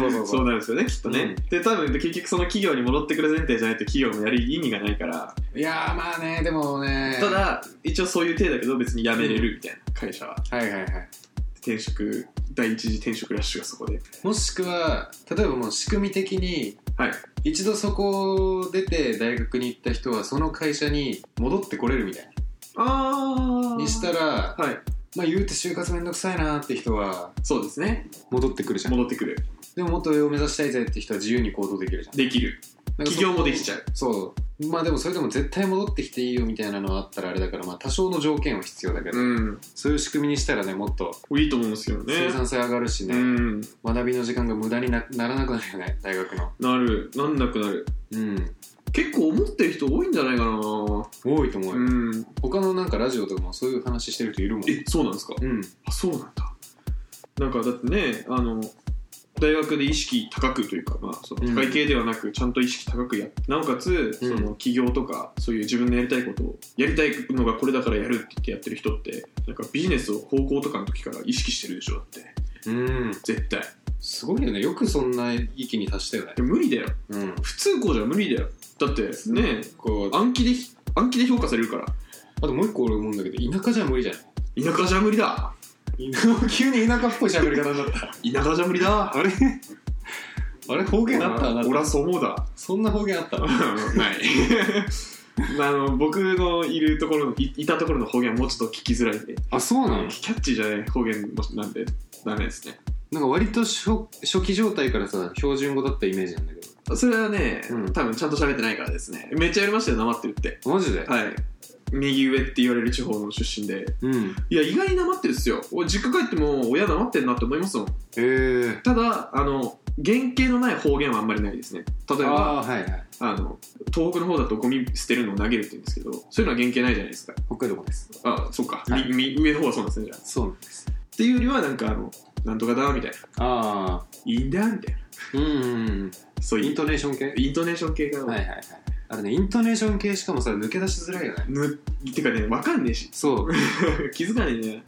[SPEAKER 2] うそ
[SPEAKER 3] そ
[SPEAKER 2] うそうう
[SPEAKER 3] なんですよねきっとね、
[SPEAKER 2] う
[SPEAKER 3] で多分で結局その企業に戻ってくる前提じゃないと企業もやる意味がないから、
[SPEAKER 2] いやーまあねでもね
[SPEAKER 3] ただ一応そういう体だけど別に辞めれるみたいな会社は
[SPEAKER 2] はいはいはい
[SPEAKER 3] 転職第一次転職ラッシュがそこで
[SPEAKER 2] もしくは例えばもう仕組み的に
[SPEAKER 3] はい
[SPEAKER 2] 一度そこを出て大学に行った人はその会社に戻ってこれるみたい
[SPEAKER 3] あ
[SPEAKER 2] な
[SPEAKER 3] あ
[SPEAKER 2] にしたら
[SPEAKER 3] はい
[SPEAKER 2] まあ言うて就活めんどくさいなーって人は
[SPEAKER 3] そうですね
[SPEAKER 2] 戻ってくるじゃん
[SPEAKER 3] 戻ってくる
[SPEAKER 2] でももっと上を目指したいぜって人は自由に行動できるじゃん
[SPEAKER 3] できる
[SPEAKER 2] なんかそ
[SPEAKER 3] 起業もできちゃう
[SPEAKER 2] そうまあでもそれでも絶対戻ってきていいよみたいなのはあったらあれだからまあ多少の条件は必要だけど、
[SPEAKER 3] うん
[SPEAKER 2] そういう仕組みにしたらねもっと
[SPEAKER 3] いいと思うんですけどね
[SPEAKER 2] 生産性上がるし
[SPEAKER 3] う
[SPEAKER 2] ね、
[SPEAKER 3] ん
[SPEAKER 2] 学びの時間が無駄になならなくなるよね大学の
[SPEAKER 3] なるなんなくなる
[SPEAKER 2] うん
[SPEAKER 3] 結構思ってる人多いんじゃないかな
[SPEAKER 2] 多いと思うよ、
[SPEAKER 3] うん
[SPEAKER 2] 他のなんかラジオとかもそういう話してる人いるもん
[SPEAKER 3] えそうなんですか
[SPEAKER 2] うん
[SPEAKER 3] あそうなんだなんかだってねあの大学で意識高くというか、まあ、その
[SPEAKER 2] うん
[SPEAKER 3] 高い系ではなくちゃんと意識高くやって、なおかつそ
[SPEAKER 2] うん
[SPEAKER 3] の起業とかそういう自分のやりたいことをやりたいのがこれだからやるって言ってやってる人ってなんかビジネスを高校とかの時から意識してるでしょだって
[SPEAKER 2] うん
[SPEAKER 3] 絶対
[SPEAKER 2] すごいよねよくそんな域に達したよね
[SPEAKER 3] でも無理だよ
[SPEAKER 2] うん
[SPEAKER 3] 普通校じゃ無理だよだってね
[SPEAKER 2] こうあ
[SPEAKER 3] 暗記で暗記で評価されるから
[SPEAKER 2] あともう一個俺思うんだけど田舎じゃ無理じゃない
[SPEAKER 3] 田舎じゃ無理だ
[SPEAKER 2] 急に田舎っぽい喋り方になっ
[SPEAKER 3] 田
[SPEAKER 2] た
[SPEAKER 3] 舎じゃ無理だ
[SPEAKER 2] あれあれ方言あったな
[SPEAKER 3] 俺はそう思うだ
[SPEAKER 2] そんな方言あった
[SPEAKER 3] ない あの僕のいるところのいいたところの方言はもうちょっと聞きづらいんで、
[SPEAKER 2] あそうなの
[SPEAKER 3] キャッチーじゃない方言なんでダメですね
[SPEAKER 2] なんか割と初初期状態からさ標準語だったイメージなんだけど
[SPEAKER 3] それはね、
[SPEAKER 2] うん
[SPEAKER 3] 多分ちゃんと喋ってないからですねめっちゃやりましたよなまってるって
[SPEAKER 2] マジで、
[SPEAKER 3] はい右上って言われる地方の出身で
[SPEAKER 2] うん
[SPEAKER 3] いや意外になまってるっすよ俺実家帰っても親なまってんなって思いますもん
[SPEAKER 2] えー、
[SPEAKER 3] ただあの原型のない方言はあんまりないですね例えばあ
[SPEAKER 2] あーはいはい
[SPEAKER 3] の東北の方だとゴミ捨てるのを投げるって言うんですけどそういうのは原型ないじゃないですか
[SPEAKER 2] 北海道もです
[SPEAKER 3] あそうか、
[SPEAKER 2] はい
[SPEAKER 3] みみ上の方はそうなんですねじゃあ
[SPEAKER 2] そうなんです
[SPEAKER 3] っていうよりはなんかあのなんとかだみたいな
[SPEAKER 2] あ
[SPEAKER 3] いいんだみたいな
[SPEAKER 2] あうんうんうん
[SPEAKER 3] そう
[SPEAKER 2] イ
[SPEAKER 3] い
[SPEAKER 2] ン
[SPEAKER 3] う
[SPEAKER 2] トネーション系
[SPEAKER 3] イントネーション系が、
[SPEAKER 2] はいはいはいあれねイントネーション系しかもさ抜け出しづらいよね
[SPEAKER 3] ぬてかねわかんねえし
[SPEAKER 2] そう
[SPEAKER 3] 気づかねえね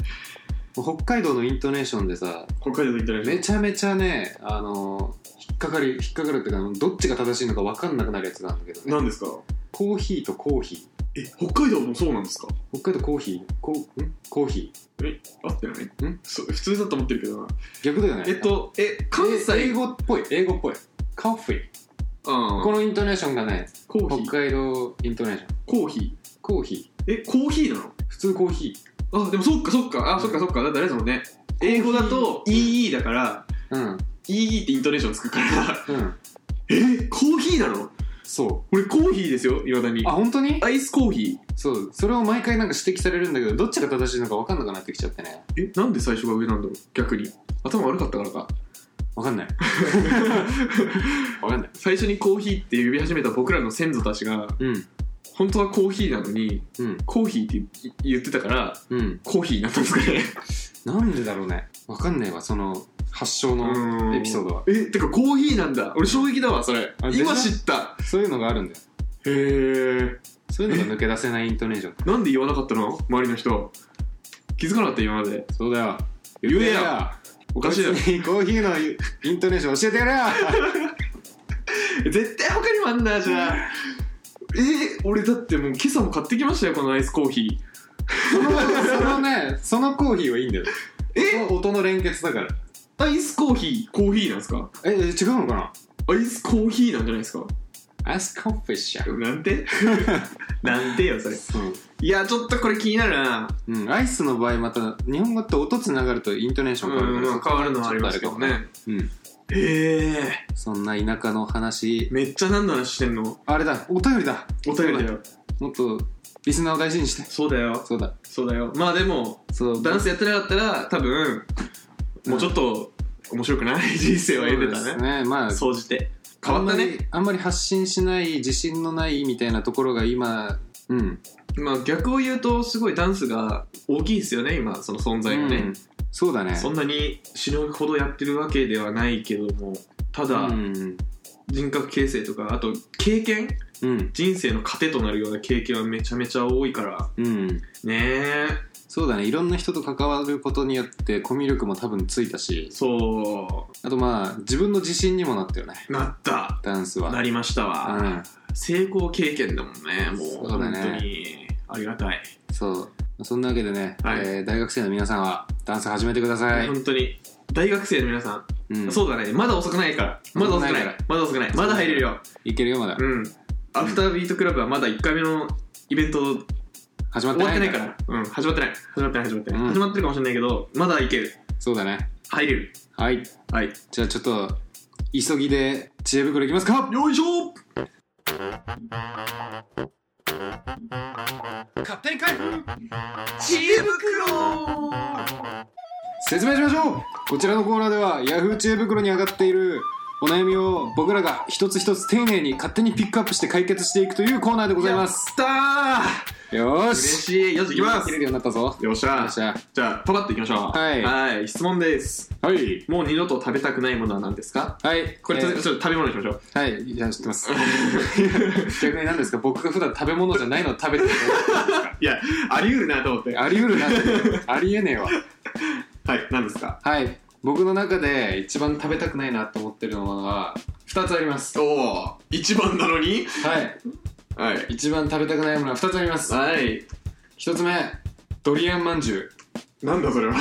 [SPEAKER 2] 北海道のイントネーションでさ
[SPEAKER 3] 北海道のイントネーショ
[SPEAKER 2] めちゃめちゃねあの引っかかり引っかかるっていうかどっちが正しいのか分かんなくなるやつなんだけど
[SPEAKER 3] ン
[SPEAKER 2] ね
[SPEAKER 3] なんですか
[SPEAKER 2] コーヒーとコーヒ
[SPEAKER 3] え北海道もそうなんですか
[SPEAKER 2] ー北海道コーヒーこんコーヒ
[SPEAKER 3] え合ってない
[SPEAKER 2] ん
[SPEAKER 3] そう普通だと思ってるけどな
[SPEAKER 2] ー逆だよね
[SPEAKER 3] えっとえ関
[SPEAKER 2] え
[SPEAKER 3] 西
[SPEAKER 2] 英語っぽい英語っぽいカフェ
[SPEAKER 3] あ
[SPEAKER 2] このイントネーションがね
[SPEAKER 3] コーヒー
[SPEAKER 2] 北海道イントネーション
[SPEAKER 3] コーヒ
[SPEAKER 2] コーヒ
[SPEAKER 3] ーえコーヒーな
[SPEAKER 2] ー普通コーヒ
[SPEAKER 3] のあでもそっかそっかあそっかそっかだってあれですもんね英語だと EE だから
[SPEAKER 2] ーうん
[SPEAKER 3] EE ってイントネーションつくから
[SPEAKER 2] うん
[SPEAKER 3] えコーヒーなの
[SPEAKER 2] そ
[SPEAKER 3] 俺コーヒーですよいまだに
[SPEAKER 2] うあ本当に
[SPEAKER 3] アイスコーヒ
[SPEAKER 2] そうそれを毎回なんか指摘されるんだけどどっちが正しいのか分かんなくなってきちゃってね
[SPEAKER 3] ーえなんで最初が上なんだろう逆に頭悪かったからか
[SPEAKER 2] 分かんない分かんない
[SPEAKER 3] 最初にコーヒーって呼び始めた僕らの先祖たちが
[SPEAKER 2] うん
[SPEAKER 3] 本当はコーヒーなのに
[SPEAKER 2] うん
[SPEAKER 3] コーヒーって言言ってたから
[SPEAKER 2] うん
[SPEAKER 3] コーヒーになったんですかね
[SPEAKER 2] なんでだろうね分かんないわその発祥のエピソードは
[SPEAKER 3] えてかコーヒーなんだ俺衝撃だわそれ
[SPEAKER 2] あでしょ
[SPEAKER 3] 今知った
[SPEAKER 2] そういうのがあるんだよ
[SPEAKER 3] へえ
[SPEAKER 2] そういうのが抜け出せないイントネーション
[SPEAKER 3] なんで言わなかったの周りの人気づかなかった今まで
[SPEAKER 2] そうだよ
[SPEAKER 3] 言えや
[SPEAKER 2] てや
[SPEAKER 3] お
[SPEAKER 2] お
[SPEAKER 3] かしいだろ
[SPEAKER 2] コーヒーのイントネーション教えてやれよ
[SPEAKER 3] 絶対他にもあんなじゃあえー、俺だってもう今朝も買ってきましたよこのアイスコーヒー
[SPEAKER 2] そのそのねそのコーヒーはいいんだよ
[SPEAKER 3] え
[SPEAKER 2] 音音の連結だから
[SPEAKER 3] アイスコーヒーコーヒーなんですか
[SPEAKER 2] ええ違うのかな
[SPEAKER 3] アイスコーヒーなんじゃないですか
[SPEAKER 2] アイスコンフェッシャー
[SPEAKER 3] なん てなんてよそれ
[SPEAKER 2] う、
[SPEAKER 3] いやちょっとこれ気になるなん
[SPEAKER 2] うん、アイスの場合また日本語って音つながるとイントネーション変わる
[SPEAKER 3] うん
[SPEAKER 2] か
[SPEAKER 3] 変
[SPEAKER 2] ら
[SPEAKER 3] わるのはありますけどね
[SPEAKER 2] うん
[SPEAKER 3] へえ
[SPEAKER 2] そんな田舎の話
[SPEAKER 3] めっちゃ何の話してんの
[SPEAKER 2] あれだお便りだ
[SPEAKER 3] お便りだよ
[SPEAKER 2] もっとリスナーを大事にして
[SPEAKER 3] そうだよ
[SPEAKER 2] そうだ
[SPEAKER 3] そうだよまあでも
[SPEAKER 2] そう
[SPEAKER 3] ダンスやってなかったら多分もうちょっと面白くない 人生を得て
[SPEAKER 2] そうで
[SPEAKER 3] た
[SPEAKER 2] す
[SPEAKER 3] ね
[SPEAKER 2] ねまあ
[SPEAKER 3] 総じて変わったね
[SPEAKER 2] あんまりあんまり発信しない自信のないみたいなところが今うん
[SPEAKER 3] まあ逆を言うとすごいダンスが大きいですよね今その存在が
[SPEAKER 2] う
[SPEAKER 3] ね
[SPEAKER 2] ん、そうだね
[SPEAKER 3] そんなに死ぬほどやってるわけではないけどもただ
[SPEAKER 2] うん
[SPEAKER 3] 人格形成とかあと経験
[SPEAKER 2] うん
[SPEAKER 3] 人生の糧となるような経験はめちゃめちゃ多いから
[SPEAKER 2] うん
[SPEAKER 3] ねえ
[SPEAKER 2] そうだねいろんな人と関わることによってコミュ力も多分ついたし
[SPEAKER 3] そ
[SPEAKER 2] あとまあ自分の自信にもなったよね
[SPEAKER 3] うなった
[SPEAKER 2] ダンスは
[SPEAKER 3] なりましたわ、
[SPEAKER 2] うん
[SPEAKER 3] 成功経験だもんねもう
[SPEAKER 2] そうだね
[SPEAKER 3] 本当にありがたい、
[SPEAKER 2] そうそんなわけでね、
[SPEAKER 3] はい
[SPEAKER 2] えー大学生の皆さんはダンス始めてください、
[SPEAKER 3] 本当に大学生の皆さ、
[SPEAKER 2] うんん、
[SPEAKER 3] そうだねまだ遅くないからまだ遅くない
[SPEAKER 2] 遅くないか
[SPEAKER 3] まだ遅くないまだ入れるよ
[SPEAKER 2] いけるよまだ、
[SPEAKER 3] うんアフタービートクラブはまだ1回目のイベント
[SPEAKER 2] 始まっ
[SPEAKER 3] 終わ
[SPEAKER 2] て
[SPEAKER 3] っ
[SPEAKER 2] な
[SPEAKER 3] て
[SPEAKER 2] い
[SPEAKER 3] ないから、うん、始まってない始まってない始まってない、
[SPEAKER 2] うん
[SPEAKER 3] 始まってるかもしれないけどまだいける
[SPEAKER 2] そうだね
[SPEAKER 3] 入れる
[SPEAKER 2] はい
[SPEAKER 3] はい
[SPEAKER 2] じゃあちょっと急ぎで知恵袋いきますか
[SPEAKER 3] よいしょ
[SPEAKER 1] 勝手に開封
[SPEAKER 3] 知恵袋
[SPEAKER 2] 説明しましょうこちらのコーナーでは Yahoo! 知恵袋に上がっているお悩みを僕らが一つ一つ丁寧に勝手にピックアップして解決していくというコーナーでございます
[SPEAKER 3] やった
[SPEAKER 2] よー
[SPEAKER 3] ー嬉
[SPEAKER 2] し
[SPEAKER 3] しいよし行きます
[SPEAKER 2] 切れるようになったぞ
[SPEAKER 3] よっしゃ
[SPEAKER 2] よっしゃ
[SPEAKER 3] じゃあパパッといきましょう
[SPEAKER 2] はい
[SPEAKER 3] い質問です
[SPEAKER 2] はい
[SPEAKER 3] もう二度と食べたくないものは何ですか
[SPEAKER 2] はい
[SPEAKER 3] これ、
[SPEAKER 2] え
[SPEAKER 3] ちょ
[SPEAKER 2] ー
[SPEAKER 3] っと食べ物にしましょう
[SPEAKER 2] はいいや知ってます 逆に何ですか僕が普段食べ物じゃないのを食べてる
[SPEAKER 3] いやあり得るなと思って
[SPEAKER 2] あり得るなってありえねえわ
[SPEAKER 3] はい何ですか
[SPEAKER 2] はい僕の中で一番食べたくないなと思ってるのは2つあります
[SPEAKER 3] おお一番なのに
[SPEAKER 2] はい
[SPEAKER 3] はい
[SPEAKER 2] 一番食べたくないものは2つあります
[SPEAKER 3] はい
[SPEAKER 2] 1つ目ドリアンまんじゅう
[SPEAKER 3] なんだそれは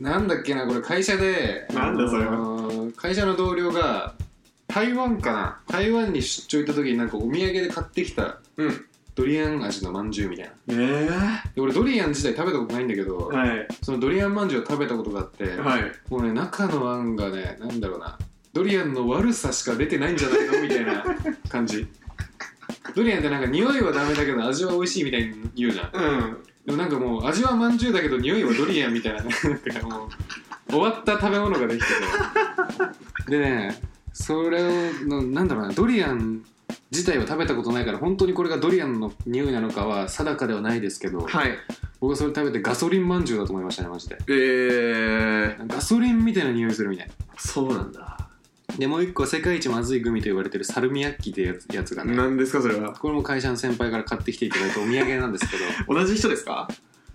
[SPEAKER 2] なんだっけなこれ会社で
[SPEAKER 3] なんだそれは
[SPEAKER 2] あのー会社の同僚が台湾かな台湾に出張行った時になんかお土産で買ってきた
[SPEAKER 3] うん
[SPEAKER 2] ドリアン味のまんじゅうみたいな
[SPEAKER 3] ええ
[SPEAKER 2] で俺ドリアン自体食べたことないんだけど、
[SPEAKER 3] はい
[SPEAKER 2] そのドリアンまんじゅうを食べたことがあって、
[SPEAKER 3] はい
[SPEAKER 2] もうね中のあんがねなんだろうなドリアンの悪さしか出てないんじゃないのみたいな感じドリアンってなんか匂いはダメだけど味は美味しいみたいに言うじゃん
[SPEAKER 3] うん
[SPEAKER 2] でもなんかもう味はまんじゅうだけど匂いはドリアンみたいなねなんかもう終わった食べ物ができててでねそれをのなんだろうなドリアン自体は食べたことないから本当にこれがドリアンの匂いなのかは定かではないですけど
[SPEAKER 3] はい
[SPEAKER 2] 僕はそれ食べてガソリンまんじゅうだと思いましたねマジで
[SPEAKER 3] えー、
[SPEAKER 2] ガソリンみたいな匂いするみたいな
[SPEAKER 3] そうなんだ
[SPEAKER 2] でもう一個は世界一まずいグミと言われてるサルミヤッキってやつやつがね
[SPEAKER 3] 何ですかそれは
[SPEAKER 2] これも会社の先輩から買ってきていただいたお土産なんですけど
[SPEAKER 3] 同じ人ですか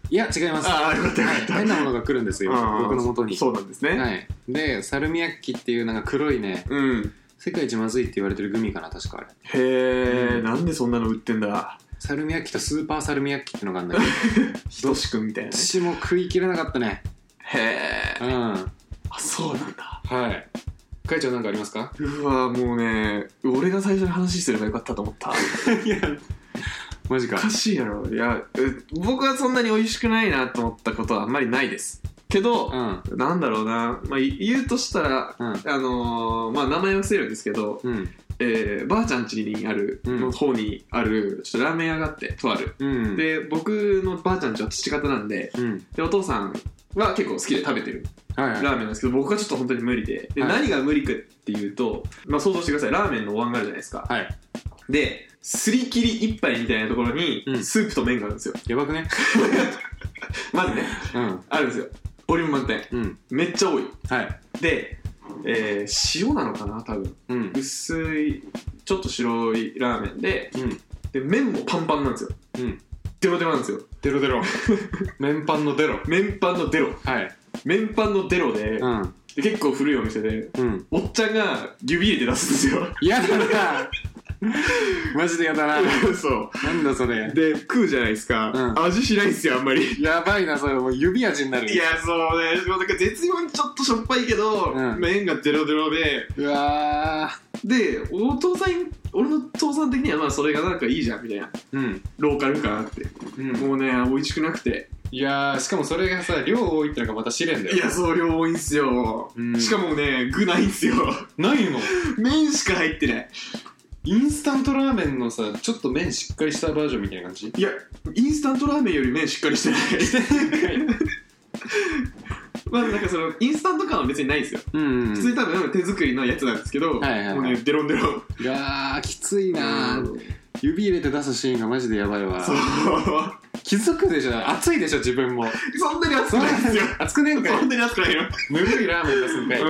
[SPEAKER 2] いや違います
[SPEAKER 3] ああよかったよかった
[SPEAKER 2] 変なものが来るんですよ
[SPEAKER 3] あー
[SPEAKER 2] 僕の元に
[SPEAKER 3] そうなんですね、
[SPEAKER 2] はいでサルミヤッキっていうなんか黒いね
[SPEAKER 3] うん
[SPEAKER 2] 世界一まずいって言われてるグミかな確かあれ
[SPEAKER 3] へえ、
[SPEAKER 2] うん
[SPEAKER 3] なんでそんなの売ってんだ
[SPEAKER 2] サルミヤッキとスーパーサルミヤッキってのがあるんだ けど
[SPEAKER 3] ひとしくんみたいなね
[SPEAKER 2] 私も食い切れなかったね
[SPEAKER 3] へえ
[SPEAKER 2] うんは
[SPEAKER 3] あそうなんだ
[SPEAKER 2] い会長なんかありますか
[SPEAKER 3] うわもうね俺が最初に話すればよかったと思った
[SPEAKER 2] いやマジ
[SPEAKER 3] お
[SPEAKER 2] か
[SPEAKER 3] かしいやろいやえ僕はそんなに美味しくないなと思ったことはあんまりないですけど
[SPEAKER 2] う、ん
[SPEAKER 3] なんだろうな、まあ、い言うとしたら
[SPEAKER 2] うん
[SPEAKER 3] あのーまあ名前は伏せるんですけど、
[SPEAKER 2] うん
[SPEAKER 3] えーばあちゃん家にある、
[SPEAKER 2] うん
[SPEAKER 3] の方にあるちょっとラーメン屋があってとある
[SPEAKER 2] うん
[SPEAKER 3] で僕のばあちゃんちは父方なんで
[SPEAKER 2] うん
[SPEAKER 3] でお父さんは結構好きで食べてる
[SPEAKER 2] は
[SPEAKER 3] ラ
[SPEAKER 2] いはい
[SPEAKER 3] ーメンなんですけど僕はちょっと本当に無理でで、
[SPEAKER 2] はい
[SPEAKER 3] 何が無理かっていうと、まあ、想像してくださいラーメンのお椀があるじゃないですか
[SPEAKER 2] はい
[SPEAKER 3] で、すり切り一杯みたいなところに
[SPEAKER 2] う、ん
[SPEAKER 3] スープと麺があるんですよ。
[SPEAKER 2] やばくね
[SPEAKER 3] まずね、
[SPEAKER 2] うん
[SPEAKER 3] あるんですよ。ボリューム満点。
[SPEAKER 2] うん
[SPEAKER 3] めっちゃ多い。
[SPEAKER 2] はい
[SPEAKER 3] で、えー塩なのかな多分。
[SPEAKER 2] うん
[SPEAKER 3] 薄い、ちょっと白いラーメンで、
[SPEAKER 2] うん
[SPEAKER 3] で、麺もパンパンなんですよ。
[SPEAKER 2] うん
[SPEAKER 3] デロデロなんですよ。
[SPEAKER 2] デロ デロ麺パンのデロ
[SPEAKER 3] 麺パンのデロ。
[SPEAKER 2] はい
[SPEAKER 3] 麺パンのデロで、
[SPEAKER 2] うん
[SPEAKER 3] で結構古いお店で、
[SPEAKER 2] うん
[SPEAKER 3] おっちゃんが指入れて出すんですよ。
[SPEAKER 2] 嫌だなマジでやだな。
[SPEAKER 3] そ
[SPEAKER 2] なんだそれ
[SPEAKER 3] う。。で、食うじゃないですか。
[SPEAKER 2] うん
[SPEAKER 3] 味しないんすよ、あんまり。
[SPEAKER 2] やばいな、それ。もう指味になる。
[SPEAKER 3] いや、そうね。なんか絶妙にちょっとしょっぱいけど、
[SPEAKER 2] うん
[SPEAKER 3] 麺がデロデロで。
[SPEAKER 2] うわ
[SPEAKER 3] で、お父さん、俺の父さん的には、まあ、それがなんかいいじゃん、みたいな。
[SPEAKER 2] ー。うん。
[SPEAKER 3] ローカル感あって。
[SPEAKER 2] うん。
[SPEAKER 3] もうね、美味しくなくて。
[SPEAKER 2] いやー、しかもそれがさ、量多いってのがまた試練だよ。
[SPEAKER 3] いや、そう、量多いんすよ。
[SPEAKER 2] うん
[SPEAKER 3] しかもね、具ないんすよ。
[SPEAKER 2] ないの
[SPEAKER 3] 麺しか入ってない。
[SPEAKER 2] インスタントラーメンのさ、ちょっと麺しっかりしたバージョンみたいな感じ
[SPEAKER 3] いや、インスタントラーメンより麺しっかりして ない。まあ、なんかその、インスタント感は別にないんですよ。
[SPEAKER 2] うん。
[SPEAKER 3] 普通に多分手作りのやつなんですけど、
[SPEAKER 2] はいはいはい
[SPEAKER 3] もうね、デロンデロン。
[SPEAKER 2] いやー、きついな
[SPEAKER 3] う
[SPEAKER 2] ー。
[SPEAKER 3] ん
[SPEAKER 2] 指入れて出すシーンがマジでやばいわ
[SPEAKER 3] そう。
[SPEAKER 2] 気づくでしょ熱いでしょ自分も
[SPEAKER 3] そんなに熱くないんです よ。
[SPEAKER 2] 熱くねえんか
[SPEAKER 3] そ
[SPEAKER 2] い
[SPEAKER 3] んなに熱くないよ。
[SPEAKER 2] ぬるいラーメン出すんかい
[SPEAKER 3] うん。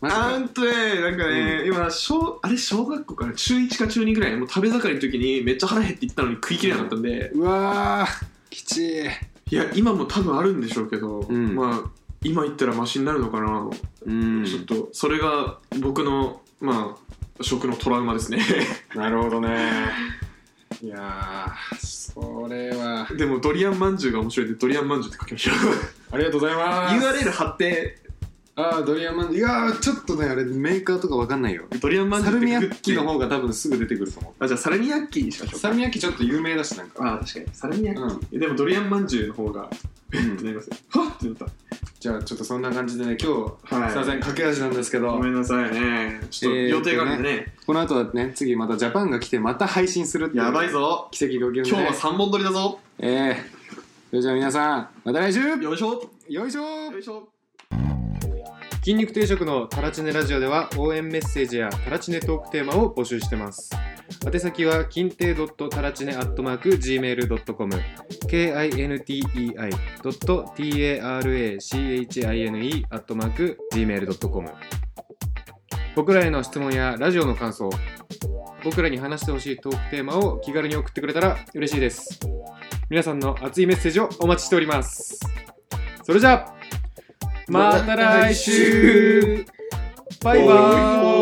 [SPEAKER 2] マジ
[SPEAKER 3] あ
[SPEAKER 2] か
[SPEAKER 3] んとね、なんかね、今小、あれ、小学校かな、中1か中2ぐらい、もう食べ盛りの時にめっちゃ腹減っていったのに食いきれなかったんで、
[SPEAKER 2] うわーきちい
[SPEAKER 3] いや、今も多分あるんでしょうけど、
[SPEAKER 2] うん
[SPEAKER 3] まあ、今言ったらマシになるのかな、
[SPEAKER 2] うん
[SPEAKER 3] ちょっと、それが僕の、まあ、食のトラウマですね。
[SPEAKER 2] なるほどねいやーそれは
[SPEAKER 3] でも、ドリアンまんじゅうが面白いんで、ドリアンまんじゅうって書きましょう。
[SPEAKER 2] ありがとうございます
[SPEAKER 3] URL 貼って、
[SPEAKER 2] ああドリアンマンいやーちょっとねあれメーカーとかわかんないよ
[SPEAKER 3] ドリアンまんじ
[SPEAKER 2] サ
[SPEAKER 3] ゅう
[SPEAKER 2] ル
[SPEAKER 3] って
[SPEAKER 2] ミヤ
[SPEAKER 3] グ
[SPEAKER 2] ッキの方が多分すぐ出てくると思
[SPEAKER 3] あ、じゃあ、サルミヤッキーにしまし
[SPEAKER 2] う
[SPEAKER 3] ょう
[SPEAKER 2] サ
[SPEAKER 3] か。
[SPEAKER 2] ルミヤッキちょっと有名だしなんか
[SPEAKER 3] あー、確かに。サルミヤッキー。
[SPEAKER 2] うん
[SPEAKER 3] でも、ドリアンまんじゅうの方が、
[SPEAKER 2] うん
[SPEAKER 3] ってなりますよ。はっってなった。
[SPEAKER 2] じゃあちょっとそんな感じでね今日
[SPEAKER 3] はい
[SPEAKER 2] すいません駆け足なんですけど
[SPEAKER 3] ごめんなさいね。ちょっと
[SPEAKER 2] えー
[SPEAKER 3] 予定があるんでね。
[SPEAKER 2] この後はね次またジャパンが来てまた配信するっていう
[SPEAKER 3] やばいぞ。
[SPEAKER 2] 奇跡が起きるんで
[SPEAKER 3] 今日は3本撮りだぞ。
[SPEAKER 2] ええそれじゃあ皆さんまた来週
[SPEAKER 3] よいしょ。
[SPEAKER 2] よいしょ
[SPEAKER 3] よいしょ。
[SPEAKER 4] 筋肉定食のタラチネラジオでは応援メッセージやタラチネトークテーマを募集してます宛先は金亭タラチネ gmail.com kintei.tarachine gmail.com 僕らへの質問やラジオの感想僕らに話してほしいトークテーマを気軽に送ってくれたら嬉しいです皆さんの熱いメッセージをお待ちしておりますそれじゃあまた来週バイバーイ